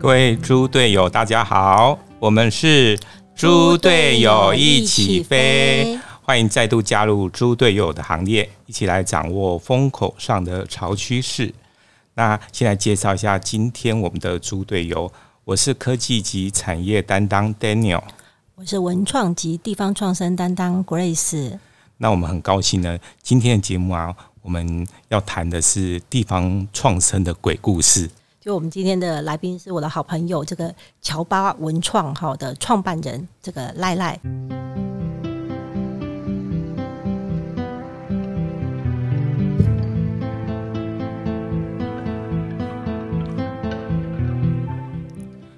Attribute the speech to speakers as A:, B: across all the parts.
A: 各位猪队友，大家好，我们是猪队友一起飞，欢迎再度加入猪队友的行列，一起来掌握风口上的潮趋势。那先来介绍一下今天我们的猪队友，我是科技及产业担当 Daniel。
B: 我是文创及地方创生担当 Grace。
A: 那我们很高兴呢，今天的节目啊，我们要谈的是地方创生的鬼故事。
B: 就我们今天的来宾是我的好朋友，这个乔巴文创号的创办人，这个赖赖。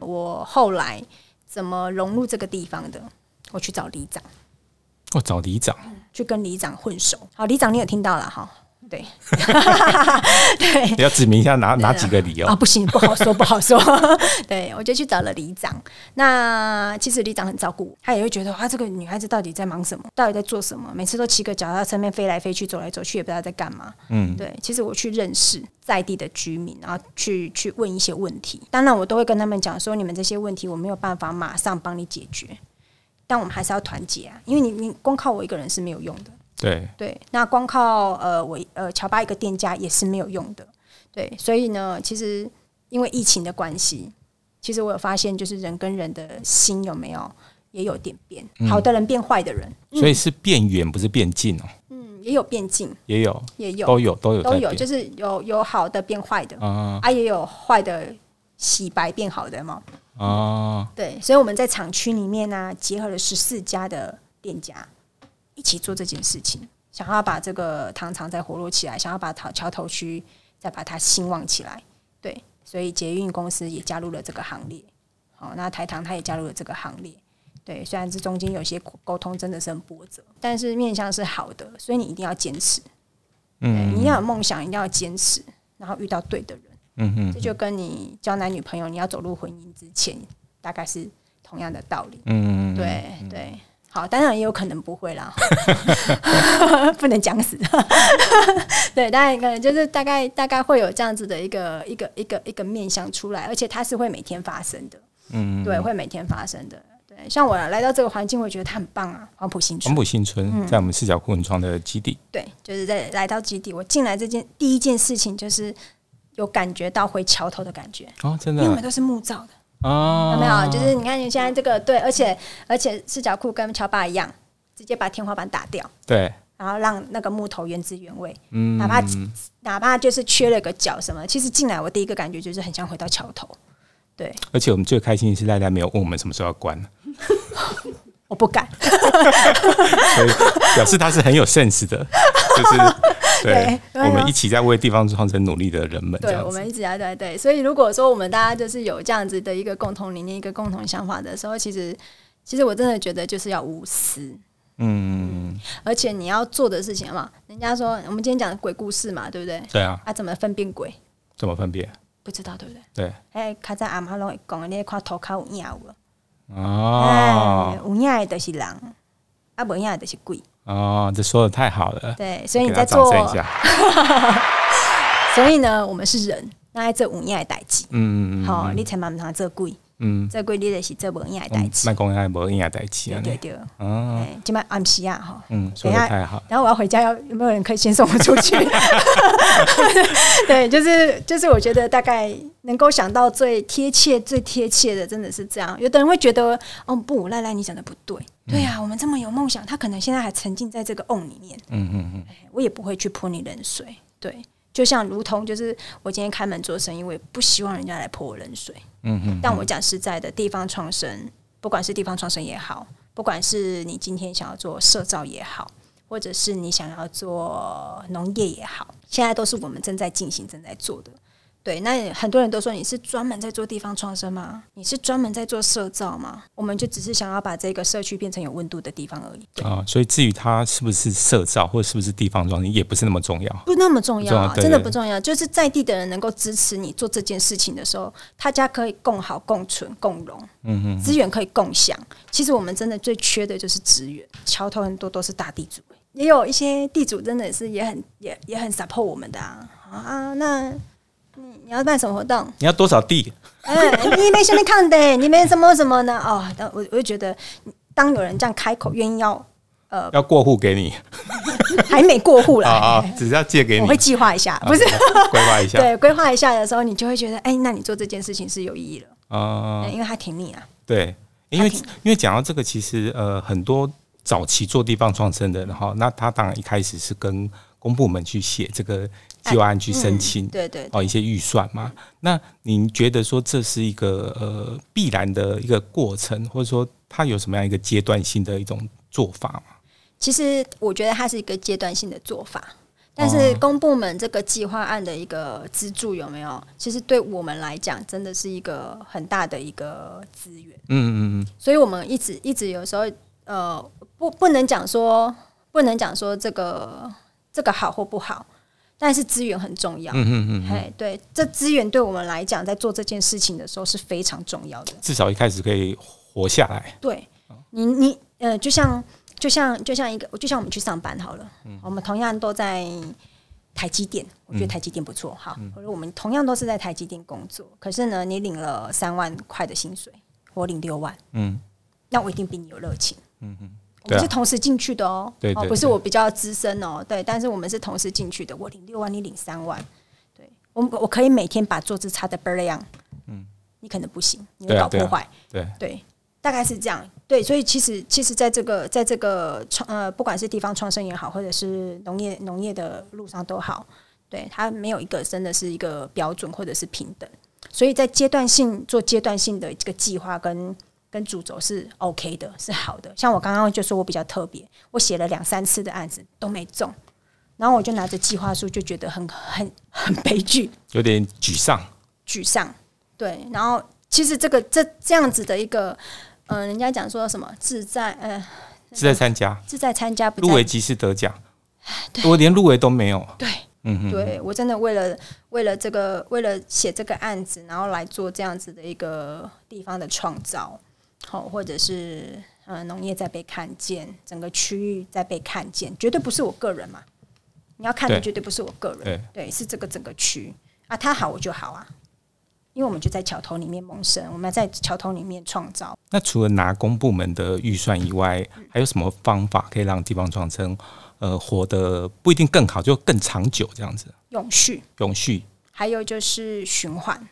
C: 我后来怎么融入这个地方的？我去找里长，
A: 哦，找里长，
C: 去跟里长混熟。好，里长你有听到了哈？对，对
A: 你要指明一下 哪哪几个理由
C: 啊，？不行，不好说，不好说。对，我就去找了里长。那其实里长很照顾我，他也会觉得啊，这个女孩子到底在忙什么？到底在做什么？每次都骑个脚踏车，面飞来飞去，走来走去，也不知道在干嘛。
A: 嗯，
C: 对，其实我去认识在地的居民，然后去去问一些问题。当然，我都会跟他们讲说，你们这些问题我没有办法马上帮你解决，但我们还是要团结啊，因为你你光靠我一个人是没有用的。
A: 对，
C: 对，那光靠呃我呃乔巴一个店家也是没有用的。对，所以呢，其实因为疫情的关系，其实我有发现，就是人跟人的心有没有也有点变，
A: 嗯
C: 好的人变坏的人，
A: 所以是变远不是变近哦，
C: 嗯，也有变近，
A: 也有
C: 也有
A: 都有都有
C: 都
A: 在
C: 有，
A: 变
C: 就是有有好的变坏的，
A: 啊
C: 啊，也有坏的洗白变好的嘛。
A: 啊，
C: 对，所以我们在厂区里面呢、啊结合了十四家的店家一起做这件事情，想要把这个糖厂再活络起来，想要把桃桥头区再把它兴旺起来。对，所以捷运公司也加入了这个行列。好，那台糖它也加入了这个行列。对，虽然这中间有些沟通真的是很波折，但是面向是好的，所以你一定要坚持。对，
A: 嗯
C: 你要有梦想，一定要坚持，然后遇到对的人。
A: 嗯嗯
C: 这就跟你交男女朋友，你要走入婚姻之前，大概是同样的道理。
A: 嗯，嗯，
C: 对对，好，当然也有可能不会啦， 不能讲死。 对，当然可能就是大概大概会有这样子的一个一个一个一个面向出来，而且它是会每天发生的。
A: 嗯，
C: 对，会每天发生的。对，像我来到这个环境，我觉得它很棒啊，黄埔新
A: 黄
C: 村。
A: 埔新
C: 嗯
A: 村在我们四角文创的基地，
C: 对，就是在来到基地，我进来这件第一件事情就是有感觉到回桥头的感觉，
A: 哦，真
C: 因为我
A: 的
C: 们都是木造的。
A: 啊
C: 有没有？就是你看你现在这个对，而且而且四角裤跟乔巴一样，直接把天花板打掉，
A: 对，
C: 然后让那个木头原汁原味，
A: 嗯
C: 哪怕哪怕就是缺了个角什么。其实进来我第一个感觉就是很像回到桥头，对，
A: 而且我们最开心的是赖赖没有问我们什么时候要关，啊
C: 我不敢，
A: 所以表示他是很有 sense 的， 就是对
C: 对啊
A: 我们一起在为地方创生努力的人们，这
C: 对，
A: 样
C: 我
A: 子
C: 们一直在对对。所以如果说我们大家就是有这样子的一个共同理念、一个共同想法的时候，其实其实我真的觉得就是要无私，
A: 嗯，
C: 而且你要做的事情嘛，人家说我们今天讲鬼故事嘛，对不对？
A: 对啊，
C: 啊，怎么分辨鬼？
A: 怎么分辨？
C: 不知道，对不对？
A: 对
C: 哎，较早阿妈拢会讲，你看涂骹有影有无？哎
A: 哦，
C: 有影的就是人，啊，无影的就是鬼。
A: 哦，这说的太好了，
C: 对，所以
A: 给
C: 你
A: 他
C: 在
A: 掌
C: 做，
A: 声一下，
C: 所以呢，我们是人，那在做有影的代志，
A: 嗯嗯嗯
C: 吼、你千万毋通做鬼，
A: 嗯，
C: 做鬼你就是做无影的代志
A: 卖。公爱无应该代替
C: 对
A: 啊，
C: 对对，
A: 啊，
C: 哎，即摆暗时啊，吼。
A: 嗯，说
C: 等
A: 的
C: 一下
A: 太好了，
C: 然后我要回家，要有没有人可以先送我出 去？对，就是就是，我觉得大概能够想到最贴切、最贴切的，真的是这样。有的人会觉得，哦不，赖赖你讲的不对，对呀、啊，我们这么有梦想，他可能现在还沉浸在这个瓮里面，
A: 嗯嗯嗯，
C: 哎我也不会去泼你冷水。对，就像如同就是我今天开门做生意，我也不希望人家来泼我冷水。
A: 嗯嗯，
C: 但我讲实在的，地方创生，不管是地方创生也好，不管是你今天想要做社造也好，或者是你想要做农业也好，现在都是我们正在进行、正在做的。对，那很多人都说你是专门在做地方创生吗？你是专门在做社造吗？我们就只是想要把这个社区变成有温度的地方而已，对，
A: 啊，所以至于它是不是社造或是不是地方装，也不是那么重要。
C: 不那么重要、
A: 不重要
C: 啊，
A: 对
C: 真的
A: 对
C: 不重要。就是在地的人能够支持你做这件事情的时候，大家可以共好、共存、共荣。
A: 嗯嗯，
C: 资源可以共享。其实我们真的最缺的就是资源，桥头很多都是大地主，也有一些地主真的是也很也也很 support 我们的啊啊，那嗯，你要办什么活动？
A: 你要多少地？
C: 嗯，你没什么看的， 你没什么什么呢？哦，但我我就觉得，当有人这样开口愿意要，呃，
A: 要过户给你
C: 还没 过户
A: 啊
C: 啦，
A: 啊，只是要借给
C: 我
A: 你
C: 会，计划一下，不是
A: 啊规划一下
C: 对规划一下的时候，你就会觉得，哎、那你做这件事情是有意义了，
A: 啊
C: 嗯、。因为它挺你啊，
A: 对，因为
C: OK
A: 因为讲到这个，其实呃，很多早期做地方创生的，然后那他当然一开始是跟公部门去写这个计划案去申请、
C: 嗯对对
A: 哦一些预算嘛。那您觉得说这是一个呃必然的一个过程，或者说它有什么样一个阶段性的一种做法吗？
C: 其实我觉得它是一个阶段性的做法，但是公部门这个计划案的一个资助有没有？其实对我们来讲，真的是一个很大的一个资源，
A: 嗯嗯嗯，
C: 所以我们一直一直有时候呃，不不能讲说不能讲说这个这个好或不好，但是资源很重要。嗯嗯嗯，哎，对，这资源对我们来讲，在做这件事情的时候是非常重要的。
A: 至少一开始可以活下来。
C: 对你，你呃，就像就像就像一个，就像我们去上班好了，
A: 嗯
C: 我们同样都在台积电，我觉得台积电不错，好，
A: 嗯
C: 或者我们同样都是在台积电工作，可是呢，你领了三万块的薪水，我领六万，
A: 嗯，
C: 那我一定比你有热情。我
A: 对
C: 们
A: 啊
C: 是同时进去的哦，
A: 对对
C: 哦，不是
A: 对
C: 我比较资深哦，对，但是我们是同时进去的，我领六万，你领三万，对我我可以每天把桌子擦的倍儿亮，嗯，你可能不行，你会
A: 对啊
C: 搞
A: 对啊
C: 破坏，
A: 对，
C: 对，大概是这样。对，所以其实其实在这个在这个创呃，不管是地方创生也好，或者是农业农业的路上都好，对它没有一个真的是一个标准或者是平等，所以在阶段性做阶段性的这个计划跟跟主轴是 OK 的，是好的。像我刚刚就说我比较特别，我写了两三次的案子都没中，然后我就拿着计划书就觉得很很很悲剧，
A: 有点沮丧。
C: 沮丧，对，然后其实这个这这样子的一个，嗯、人家讲说什么志在呃
A: 是在参加
C: 志在参加不在
A: 入围即是得奖，我连入围都没有。
C: 对，
A: 嗯哼，
C: 对我真的为了为了这个为了写这个案子，然后来做这样子的一个地方的创造，好、或者是呃农业在被看见，整个区域在被看见，绝对不是我个人嘛。你要看的
A: 对
C: 绝对不是我个人，对，是这个整个区啊，他好我就好啊，因为我们就在桥头里面萌生，我们在桥头里面创造。
A: 那除了拿公部门的预算以外，还有什么方法可以让地方创生呃活得不一定更好，就更长久这样子，
C: 永续，
A: 永续？
C: 还有就是循环。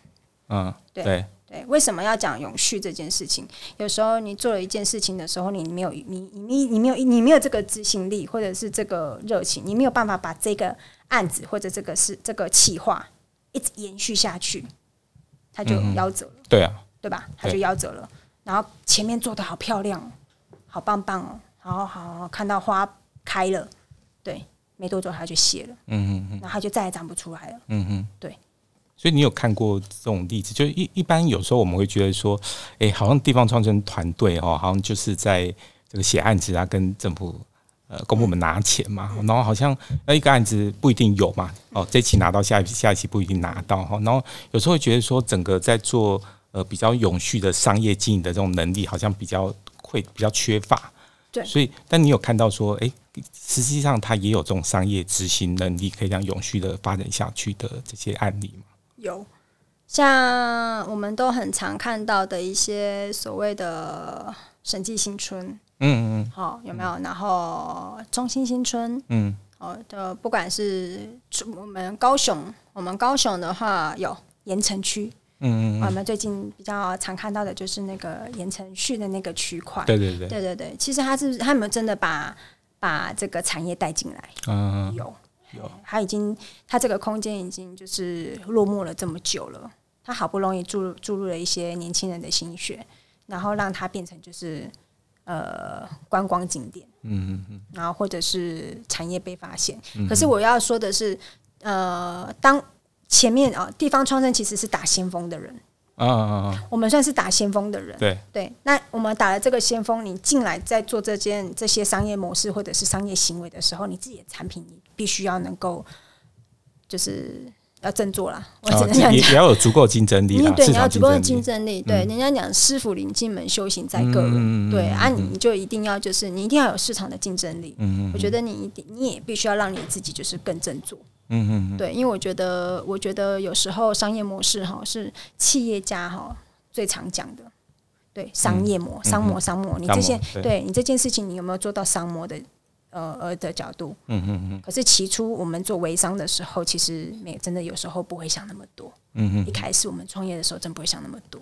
A: 嗯，
C: 对
A: 对
C: 对，为什么要讲永续这件事情？有时候你做了一件事情的时候，你没有你你你你没有你没有这个执行力，或者是这个热情，你没有办法把这个案子或者这个是这个企划一直延续下去，它就夭折了，
A: 对啊，
C: 对吧？它就
A: 对
C: 夭折了。然后前面做的好漂亮哦，好棒棒哦，然后好好看到花开了，对，没多久它就谢了，
A: 嗯嗯
C: 然后它就再也长不出来了。
A: 嗯嗯，
C: 对。
A: 所以你有看过这种例子？就一一般有时候我们会觉得说，诶，好像地方创生团队哦，好像就是在这个写案子啊，跟政府。呃，公部门拿钱嘛，然后好像呃那一个案子不一定有嘛，哦，这期拿到，下一期下一期不一定拿到哦哈，然后有时候会觉得说，整个在做呃比较永续的商业经营的这种能力，好像比较会比较缺乏。
C: 对
A: 所以但你有看到说，诶，实际上它也有这种商业执行能力，可以让永续的发展下去的这些案例嘛？
C: 有，像我们都很常看到的一些所谓的审计新村，
A: 嗯嗯
C: 好、有没有？然后中心新村，
A: 嗯，
C: 哦，的不管是我们高雄，我们高雄的话有盐城区，
A: 嗯
C: 我们最近比较常看到的就是那个盐城区的那个区块，
A: 对对对，
C: 对对对，其实它是它有没有真的把把这个产业带进来？
A: 嗯
C: 有
A: 有，
C: 他已经他这个空间已经就是落寞了这么久了，他好不容易注入注入了一些年轻人的心血，然后让它变成就是呃观光景点，
A: 嗯嗯
C: 然后或者是产业被发现。可是我要说的是，呃，当前面啊、地方创生其实是打先锋的人，
A: 嗯啊，
C: 我们算是打先锋的人。
A: 对，
C: 对，那我们打了这个先锋，你进来在做这件这些商业模式或者是商业行为的时候，你自己的产品你必须要能够就是要振作啦。我只
A: 啊
C: 能这样
A: 也
C: 讲，
A: 也要有足够竞争力
C: 你
A: 啦，
C: 对
A: 市
C: 你要
A: 场
C: 足
A: 竞
C: 够的
A: 争
C: 竞
A: 力，嗯
C: 争力。对，人家讲师傅领进门，修行在个人。对啊，你就一定要就是你一定要有市场的竞争力。
A: 嗯嗯
C: 我觉得你一定你也必须要让你自己就是更振作。
A: 嗯嗯
C: 对，因为我觉得，我觉得有时候商业模式哈是企业家哈最常讲的，对，商业模、商模、商模，你
A: 嗯商
C: 这
A: 模
C: 些
A: 对
C: 对你这件事情，你有没有做到商模的呃呃的角度？
A: 嗯嗯嗯
C: 可是起初我们做微商的时候，其实没真的有时候不会想那么多。
A: 嗯
C: 一
A: 嗯，
C: 开始我们创业的时候，真不会想那么多。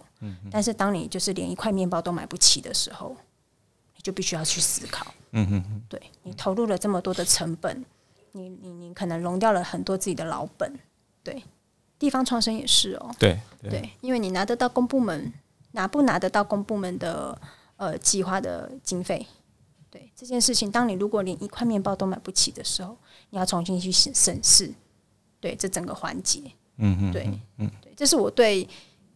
C: 但是当你就是连一块面包都买不起的时候，你就必须要去思考。
A: 嗯嗯
C: 对你投入了这么多的成本，你你你可能融掉了很多自己的老本，对，地方创生也是哦，
A: 对对，
C: 对，因为你拿得到公部门，拿不拿得到公部门的呃计划的经费，对这件事情，当你如果连一块面包都买不起的时候，你要重新去审审视，对这整个环节，
A: 嗯嗯
C: 对，对，这是我对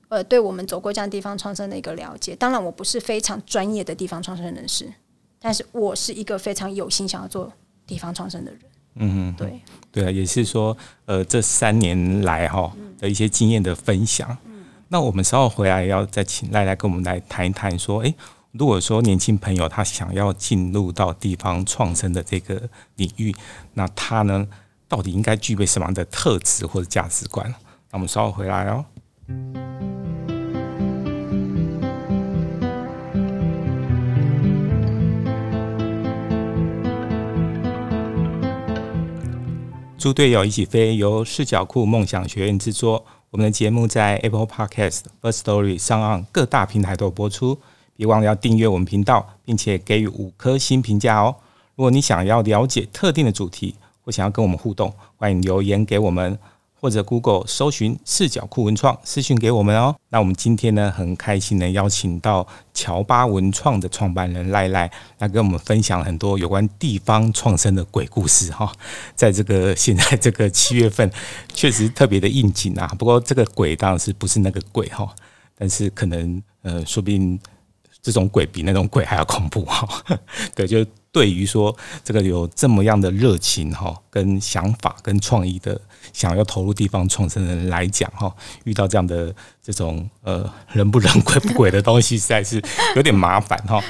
C: 呃对我们走过这样地方创生的一个了解。当然，我不是非常专业的地方创生人士，但是我是一个非常有心想要做地方创生的人。
A: 嗯嗯，
C: 对，
A: 对啊，也是说，呃，这三年来哈
C: 嗯
A: 的一些经验的分享。那我们稍后回来要再请赖赖跟我们来谈一谈，说，诶，如果说年轻朋友他想要进入到地方创生的这个领域，那他呢到底应该具备什么样的特质或者价值观？那我们稍后回来哦。猪队友一起飞由视角库梦想学院制作。我们的节目在 Apple Podcast、First Story 上岸各大平台都有播出，别忘了要订阅我们频道，并且给予五颗星评价哦。如果你想要了解特定的主题，或想要跟我们互动，欢迎留言给我们，或者 Google 搜寻“视角库文创”私讯给我们哦。那我们今天呢，很开心的邀请到乔巴文创的创办人赖赖来跟我们分享很多有关地方创生的鬼故事哈、在这个现在 这个七月份，确实特别的应景啊。不过这个鬼当然是不是那个鬼哈，但是可能呃，说不定这种鬼比那种鬼还要恐怖哈。 对，就对于说这个有这么样的热情哈，跟想法跟创意的，想要投入地方创生的人来讲哈，遇到这样的这种呃人不人 鬼不鬼的东西，实在是有点麻烦哈。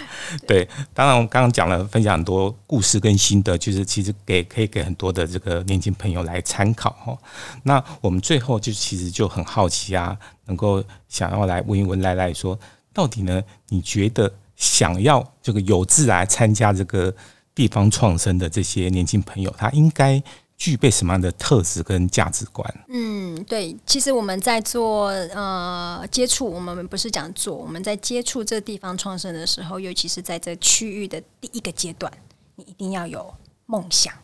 A: 对，当然我刚刚讲了，分享很多故事跟心得，就是其实给可以给很多的这个年轻朋友来参考哈。那我们最后就其实就很好奇啊，能够想要来问一问赖赖说，到底呢，你觉得想要这个有志来参加这个地方创生的这些年轻朋友，他应该具备什么样的特质跟价值观？
C: 嗯，对，其实我们在做呃接触，我们不是讲做，我们在接触这地方创生的时候，尤其是在这区域的第一个阶段，你一定要有梦想，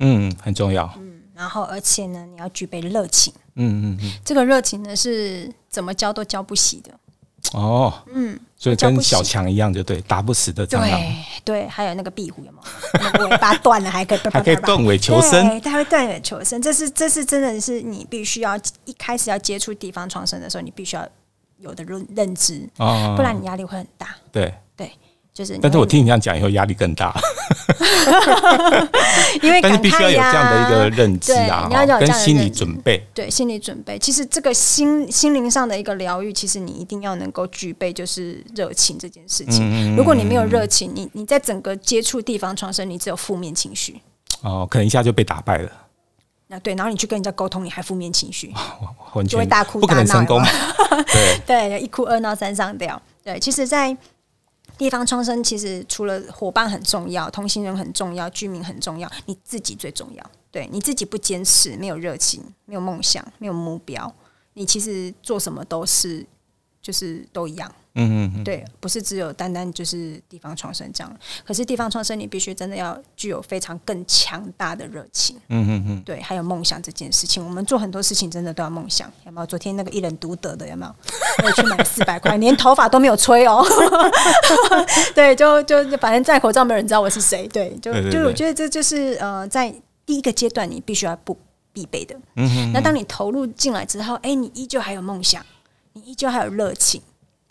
A: 嗯，很重要。嗯
C: 然后而且呢，你要具备热情。
A: 嗯嗯，
C: 这个热情呢是怎么教都教不习的。
A: 哦，
C: 嗯，
A: 所以
C: 叫
A: 跟
C: 不死
A: 小强一样，就对，打不死的蟑螂。
C: 对对，还有那个壁虎有没有？那个尾巴断了还可以叭叭叭叭，
A: 还可以断尾求生
C: 对，它会断尾求生。这是这是真的是你必须要一开始要接触地方创生的时候，你必须要有的认认知，
A: 哦，
C: 不然你压力会很大。
A: 对，
C: 对，就是你会
A: 但是我听你这样讲以后，压力更大。
C: 因为
A: 但是
C: 感
A: 必须要
C: 慨
A: 有这
C: 呀、
A: 样的一个认知啊，
C: 对你要有这样的
A: 跟
C: 认知
A: 心理准备。
C: 对心理准备，其实这个心心灵上的一个疗愈，其实你一定要能够具备，就是热情这件事
A: 嗯
C: 情。如果你没有热情，你你在整个接触地方创生，你只有负面情绪。
A: 哦，可能一下就被打败了，
C: 那对，然后你去跟人家沟通，你还负面情绪，
A: 完
C: 就会
A: 全
C: 大哭
A: 不可能
C: 大闹
A: 成功嘛。对，
C: 对，一哭二闹三上吊。对，其实，在地方创生，其实除了伙伴很重要，同行人很重要，居民很重要，你自己最重要。对，你自己不坚持，没有热情，没有梦想，没有目标，你其实做什么都是就是都一样。
A: 嗯嗯嗯，
C: 对，不是只有单单就是地方创生这样。可是地方创生，你必须真的要具有非常更强大的热情。
A: 嗯嗯嗯，
C: 对，还有梦想这件事情，我们做很多事情真的都要梦想，有没有？昨天那个一人独得的有没有？我也去买四百块，连头发都没有吹哦。 对，就就就反正戴口罩，没有人知道我是谁。对，就
A: 对对
C: 就
A: 对
C: 我觉得这就是呃，在第一个阶段你必须要不必备的。
A: 嗯
C: 那当你投入进来之后，哎、你依旧还有梦想，你依旧还有热情。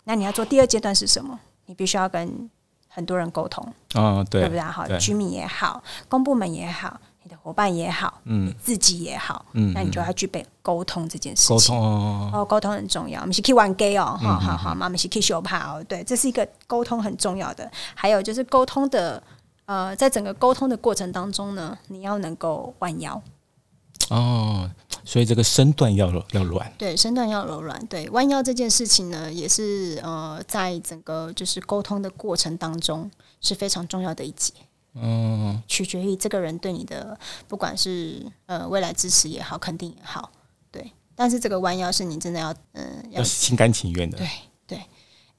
C: 那你要做第二阶段是什么？你必须要跟很多人沟通。
A: 哦，对，
C: 对不对？好
A: 对，
C: 居民也好，公部门也好，你的伙伴也好，
A: 嗯
C: 你自己也好，那你就要具备沟通这件事情。
A: 沟通嗯哦，
C: 哦，沟通很重要。我们是 K 玩 gay 哦，好好好，妈们是 K 修怕哦，对，这是一个沟通很重要的。还有就是沟通的，呃，在整个沟通的过程当中呢，你要能够弯腰，
A: 哦，所以这个身段要要软，
C: 对，身段要柔软。对，弯腰这件事情呢，也是呃，在整个就是沟通的过程当中是非常重要的一节。嗯，取决于这个人对你的，不管是呃未来支持也好，肯定也好，对。但是这个弯腰是你真的要，嗯、
A: 要心甘情愿的。
C: 对对，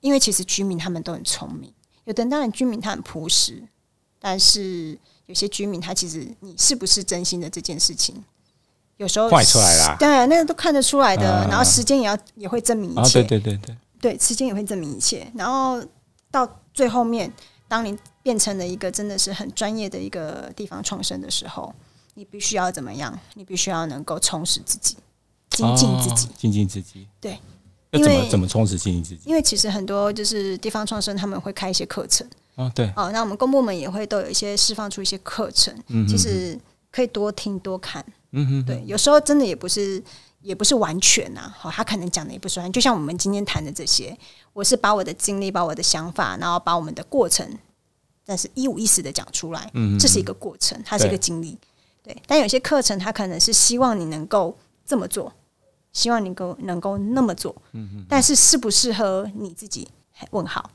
C: 因为其实居民他们都很聪明，有的当然居民他很朴实，但是有些居民他其实你是不是真心的这件事情，有时候
A: 坏出来啦
C: 对，啊那个都看得出来的。
A: 嗯
C: 然后时间也要也会证明一
A: 啊，
C: 切，
A: 对对对对，
C: 对，时间也会证明一切。然后到最后面，当你变成了一个真的是很专业的一个地方创生的时候，你必须要怎么样？你必须要能够充实自己，精进自己。
A: 哦，精进自己。
C: 对，
A: 要
C: 因
A: 怎么
C: 为
A: 怎么充实精进自己？
C: 因为其实很多就是地方创生，他们会开一些课程
A: 啊，对，
C: 哦。那我们公部门也会都有一些释放出一些课程，
A: 嗯哼
C: 其实可以多听多看。
A: 嗯哼，
C: 对，有时候真的也不是也不是完全呐、好、他可能讲的也不是完全，就像我们今天谈的这些，我是把我的经历、把我的想法，然后把我们的过程，但是一五一十的讲出来，
A: 嗯
C: 这是一个过程，它是一个
A: 对
C: 经历，对。但有些课程，它可能是希望你能够这么做，希望你能够能够那么做，
A: 嗯
C: 但是适不适合你自己？还问号。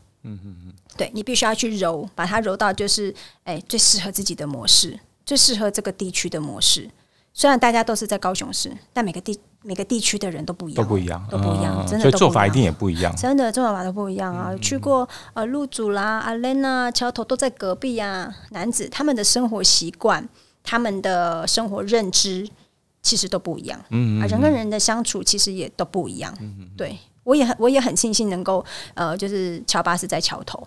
C: 对你必须要去揉，把它揉到就是哎最适合自己的模式，最适合这个地区的模式。虽然大家都是在高雄市，但每个地每个地区的人都不一样，
A: 都不一样，
C: 都不一样
A: 嗯
C: 真的
A: 所以
C: 都
A: 做
C: 不一
A: 法一
C: 样
A: 定也嗯不一样。
C: 真的中文法都不一样啊。去过呃陆祖啦、阿莲啊、桥头都在隔壁啊，男子他们的生活习惯、他们的生活认知其实都不一样。嗯啊，人跟人的相处其实也都不一样。
A: 嗯
C: 对我也很我也很庆幸能够呃，就是乔巴是在桥头，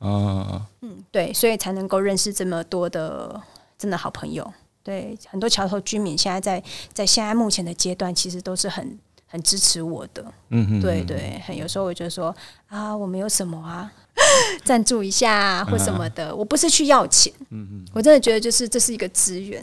A: 嗯，
C: 嗯，对，所以才能够认识这么多的真的好朋友。对，很多桥头居民现在在在现在目前的阶段，其实都是很很支持我的。
A: 嗯哼，
C: 对对，很有时候我就说啊，我们有什么啊， 赞助一下啊或什么的，我不是去要钱，我真的觉得就是这是一个资源，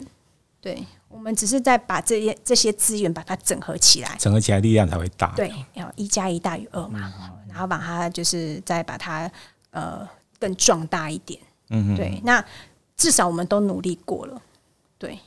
C: 对我们只是在把这些这些资源把它整合起来，
A: 整合起来力量才会大。
C: 对，要一加一大于二嘛，
A: 嗯
C: 哦然后把它就是再把它呃更壮大一点，
A: 嗯哼，
C: 对，那至少我们都努力过了，对，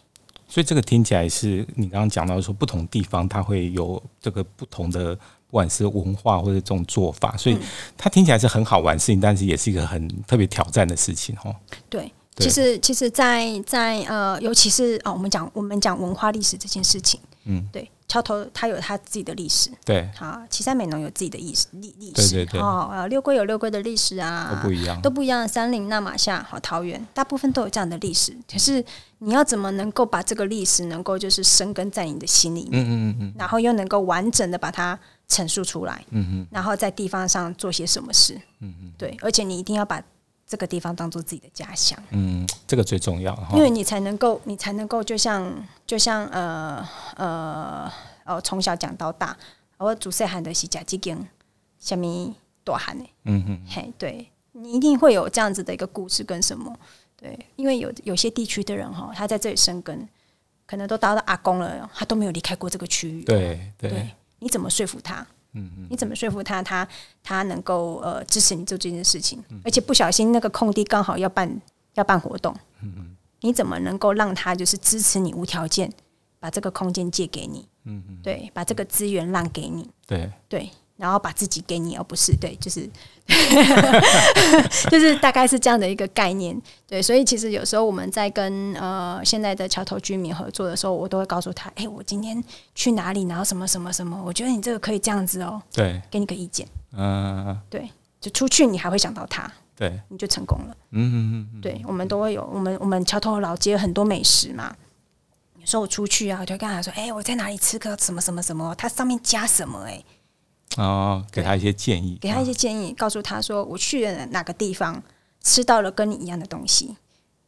A: 所以这个听起来是你刚刚讲到说，不同地方它会有这个不同的，不管是文化或者这种做法，所以它听起来是很好玩的事情，但是也是一个很特别挑战的事情哦。
C: 对，
A: 对
C: 其实其实在，在呃，尤其是哦，我们讲我们讲文化历史这件事情，
A: 嗯，
C: 对，桥头它有它自己的历史，
A: 对，
C: 啊，岐山美浓有自己的历史历历史，
A: 对对对
C: 哦，啊，六龟有六龟的历史
A: 都
C: 啊，
A: 不一样。哦
C: 都不一样，山林、那马夏、好桃园，大部分都有这样的历史。可是你要怎么能够把这个历史能够就是生根在你的心里面，
A: 嗯嗯嗯
C: 然后又能够完整的把它陈述出来，
A: 嗯
C: 然后在地方上做些什么事，
A: 嗯嗯
C: 对，而且你一定要把这个地方当做自己的家乡。
A: 嗯，这个最重要哈
C: 因。为你才能够，你才能够，就像就像呃呃哦，从小讲到大，哦我祖辈喊的是假基根，下面多喊的，
A: 嗯嗯，
C: 嘿，对你一定会有这样子的一个故事跟什么，对，因为有有些地区的人哈，他在这里生根，可能都达到阿公了，他都没有离开过这个区域，
A: 对对
C: 对，你怎么说服他？嗯，你怎么说服他？他他能够呃支持你做这件事情，而且不小心那个空地刚好要办要办活动，嗯你怎么能够让他就是支持你无条件把这个空间借给你？嗯嗯，对，把这个资源让给你，
A: 对，
C: 对，然后把自己给你，而不是对，就是 就是大概是这样的一个概念。对，所以其实有时候我们在跟呃现在的桥头居民合作的时候，我都会告诉他，哎、我今天去哪里，然后什么什么什么，我觉得你这个可以这样子哦，
A: 对，
C: 给你个意见。
A: 嗯
C: 对，就出去你还会想到他，
A: 对，
C: 你就成功了。
A: 嗯嗯嗯，
C: 对，我们都会有，我们我们桥头老街很多美食嘛。有时候我出去啊，我就跟他说：“哎、我在哪里吃个什么什么什么，它上面加什么、哎，
A: 哦，给他一些建议，哦
C: 给他一些建议，告诉他说我去了哪个地方吃到了跟你一样的东西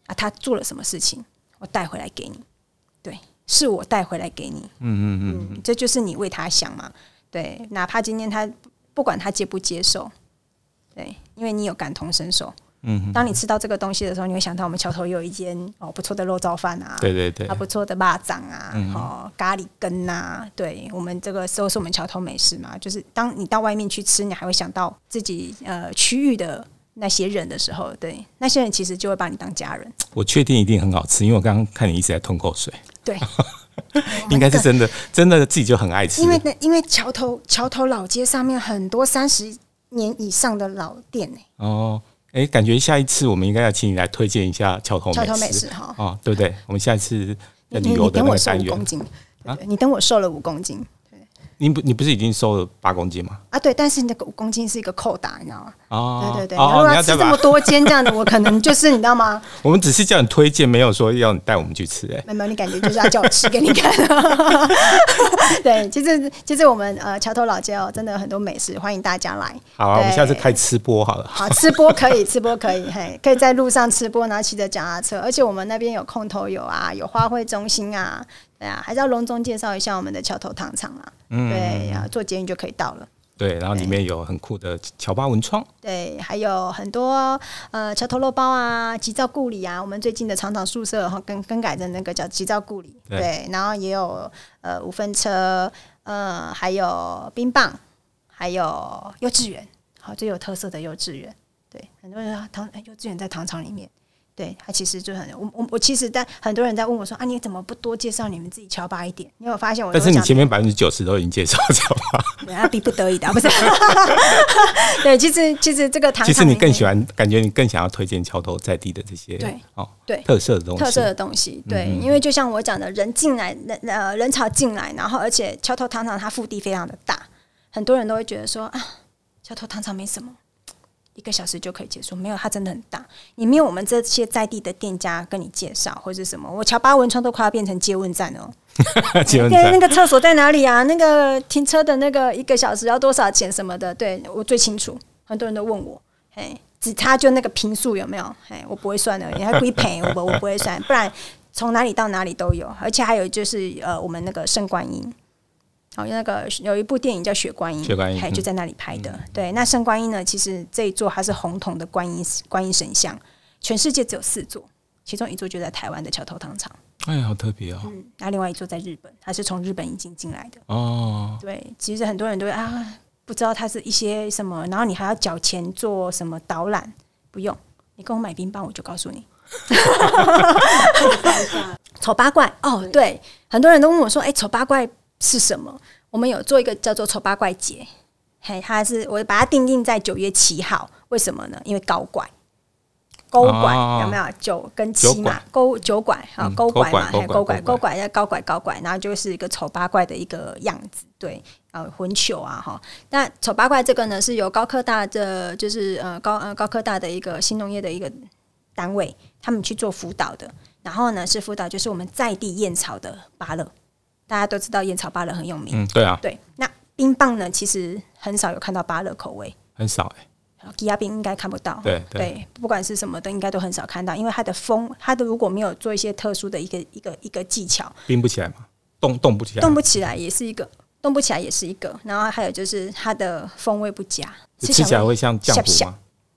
C: 啊，他做了什么事情，我带回来给你。对，是我带回来给你。
A: 嗯嗯嗯，
C: 嗯，这就是你为他想嘛。对，哪怕今天他不管他接不接受，对，因为你有感同身受。
A: 嗯，
C: 当你吃到这个东西的时候，你会想到我们桥头有一间哦不错的肉燥饭啊，
A: 对对对嗯
C: 啊，不错的蚂蚱啊，哦，咖喱羹呐、对我们这个都是我们桥头美食嘛。就是当你到外面去吃，你还会想到自己呃区域的那些人的时候，对那些人其实就会把你当家人。
A: 我确定一定很好吃，因为我刚刚看你一直在吞口水。
C: 对 Oh
A: 应该是真的，真的自己就很爱吃
C: 因。为那因为桥头桥头老街上面很多三十年以上的老店呢、
A: 哦，哎、感觉下一次我们应该要请你来推荐一下桥头
C: 桥头
A: 美
C: 美
A: 食
C: 食哈。
A: 哦，对不对？我们下一次在旅
C: 你你
A: 游
C: 你
A: 的
C: 等
A: 那
C: 我
A: 个
C: 瘦
A: 单
C: 五
A: 元啊
C: 公，斤，对对你等我瘦了五公斤
A: 你不你不是已经瘦了八公斤吗？
C: 啊？对，但是那个五公斤是一个扣打，你知道吗？
A: 哦，
C: 对对对，
A: 哦
C: 然
A: 哦
C: 后
A: 你
C: 如果
A: 要
C: 要吃
A: 再
C: 这么
A: 把，
C: 多间这样的，我可能就是你知道吗？
A: 我们只是叫你推荐，没有说要你带我们去吃、哎，
C: 没有，你感觉就是要叫我吃给你看。对，其实其实我们呃桥头老街哦，真的有很多美食，欢迎大家来。
A: 好啊，我们
C: 对
A: 下次开吃播好了。
C: 好，吃播可以，吃播可以，嘿，可以在路上吃播，然后骑着脚踏车，而且我们那边有空投有啊，有花卉中心啊，对啊，还是要隆重介绍一下我们的桥头糖厂啊，对啊，坐捷运就可以到了。
A: 对，然后里面有很酷的乔巴文创，
C: 对，还有很多呃桥头肉包啊、吉兆故里啊，我们最近的厂长宿舍哈更更改成那个叫吉兆故里，
A: 对
C: 对，然后也有呃五分车，呃还有冰棒，还有幼稚园，好最有特色的幼稚园，对，很多人说啊糖哎幼稚园在糖厂里面。对，它其实就很我我我其实在很多人在问我说啊，你怎么不多介绍你们自己乔巴一点？你有发现我都
A: 但是你
C: 讲
A: 前面百分之九十都已经介绍乔巴，
C: 对啊，逼不得已的啊，不是？ 对，其实其实这个糖厂
A: 其
C: 里面，
A: 实你更喜欢，感觉你更想要推荐桥头在地的这些
C: 对
A: 哦
C: 对
A: 特色的东西，嗯
C: 特色的东西，对，因为就像我讲的，人进来，人呃人潮进来，然后而且桥头糖厂它腹地非常的大，很多人都会觉得说啊，桥头糖厂没什么，一个小时就可以结束，没有，它真的很大，你没有我们这些在地的店家跟你介绍或者什么，我乔巴文创都快要变成接问站了哦，
A: 结论
C: 对，
A: 在
C: 那个厕所在哪里啊？那个停车的那个一个小时要多少钱什么的？对我最清楚，很多人都问我，哎，只差就那个平数有没有？哎，我不会算的，你还归赔，我不我不会算，不然从哪里到哪里都有，而且还有就是呃，我们那个圣观音。哦，那个有一部电影叫《雪观音》，
A: 雪观音
C: 还
A: 嗯
C: 就在那里拍的。对，那圣观音呢？其实这一座它是红铜的观音观音神像，全世界只有四座，其中一座就在台湾的桥头糖厂。
A: 哎，好特别哦，
C: 嗯，那另外一座在日本，它是从日本引进进来的。
A: 哦，
C: 对，其实很多人都会啊，不知道它是一些什么，然后你还要缴钱做什么导览，不用，你跟我买冰棒，我就告诉你。 丑八怪哦，对，很多人都问我说，哎、丑八怪是什么？我们有做一个叫做丑八怪节，嘿，它是我把它定定在九月七号，为什么呢？因为高拐。勾拐、
A: 哦
C: 有没有九跟
A: 酒
C: 七嘛？勾九拐啊
A: 嗯，
C: 勾拐嘛，
A: 勾拐勾拐
C: 嘿勾拐勾拐再高拐高拐，然后就是一个丑八怪的一个样子，对，呃，混球啊哈。那丑八怪这个呢，是由高科大的就是呃高呃高科大的一个新农业的一个单位，他们去做辅导的。然后呢，是辅导就是我们在地燕草的芭乐，大家都知道燕草芭乐很有名，
A: 嗯，对啊，
C: 对。那冰棒呢，其实很少有看到芭乐口味，
A: 很少哎、
C: 吉亚冰应该看不到，
A: 对对
C: 不管是什么的，应该都很少看到，因为它的风，它的如果没有做一些特殊的一个一个一个技巧，
A: 冰不起来嘛，冻冻不起来，
C: 动不起来也是一个，动不起来也是一个，然后还有就是它的风味不佳，
A: 吃起来会像浆
C: 下
A: 糊
C: 下
A: 吗？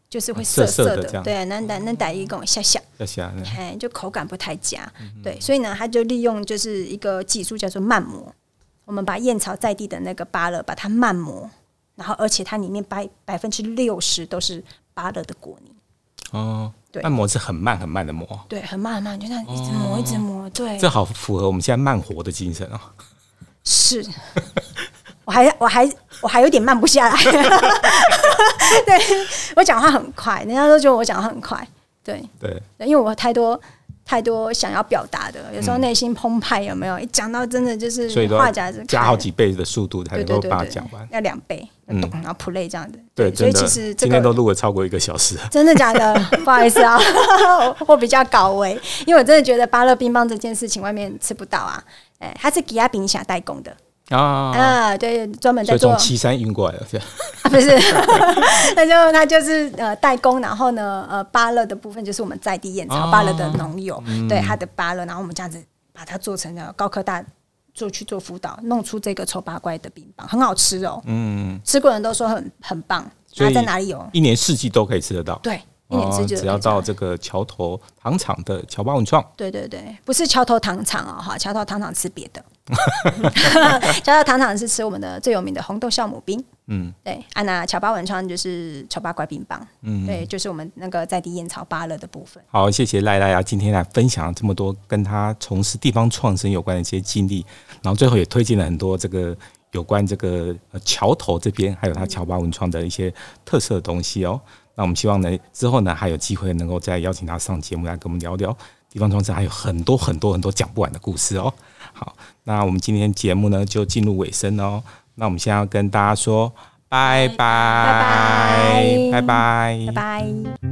C: 就是会
A: 涩
C: 涩
A: 涩的
C: 涩
A: 这样
C: 对，那那那打一种下下，
A: 要起来呢，
C: 哎，就口感不太佳，
A: 嗯
C: 对，所以呢，它就利用就是一个技术叫做慢磨，我们把燕巢在地的那个芭乐把它慢磨，然后而且它里面百百分之六十都是芭乐的果泥。
A: 哦，
C: 对
A: 按摩是很慢很慢的磨，
C: 对，很慢很慢，就这样一直磨，一直磨。对，
A: 哦这好符合我们现在慢活的精神哦。
C: 是， 我还我还我还有点慢不下来。 对我讲话很快，人家都觉得我讲话很快。对，
A: 对，
C: 对因为我太多太多想要表达的，有时候内心澎湃，有没有？一讲到真的就是
A: 嗯所以都要
C: 话匣子
A: 加
C: 开
A: 好
C: 了
A: 几倍的速度才
C: 对
A: 能
C: 对
A: 够
C: 对
A: 把它
C: 对，
A: 讲完。
C: 要两倍，
A: 嗯
C: 咚，然后 play 这样子。
A: 对，
C: 所以
A: 真
C: 其
A: 的，
C: 实这
A: 今天都
C: 个。
A: 录了超过一个小时了。
C: 真的假的？ 不好意思啊，我我比较搞维，因为我真的觉得芭乐冰棒这件事情外面吃不到啊。哎、它是吉亚饼侠代工的，
A: 啊，
C: 啊，对，专门
A: 所
C: 在
A: 以
C: 做，
A: 从
C: 啊、
A: 岐山运过来了，这样
C: 不是， 那就那就是呃代工，然后呢呃芭乐的部分就是我们在地燕
A: 哦
C: 草芭乐的农友，
A: 嗯
C: 对它的芭乐，然后我们这样子把它做成了高科大做去做辅导，弄出这个丑八怪的冰棒，很好吃哦，
A: 嗯，
C: 吃过的人都说很很棒，
A: 所
C: 它
A: 以
C: 在哪里有？
A: 一年四季都可以吃得到。
C: 哦
A: 哦
C: 对，一年之久、
A: 只要到这个桥头糖厂的桥巴文创，
C: 对对对，不是桥头糖厂哦，哈， 桥头糖厂吃别的，桥头糖厂是吃我们的最有名的红豆酵母冰，
A: 嗯
C: 对，啊，那乔巴文创就是乔巴乖冰棒，
A: 嗯，
C: 对，就是我们那个在地燕草芭乐的部分。
A: 好，谢谢赖赖啊，今天来分享这么多跟他从事地方创生有关的一些经历，然后最后也推荐了很多这个有关这个呃桥头这边，还有他桥巴文创的一些特色的东西哦。那我们希望呢，之后呢还有机会能够再邀请他上节目来跟我们聊聊地方创生，还有很多很多很多讲不完的故事哦。好，那我们今天节目呢就进入尾声哦。那我们现在要跟大家说拜拜
C: 拜
A: 拜拜
C: 拜拜。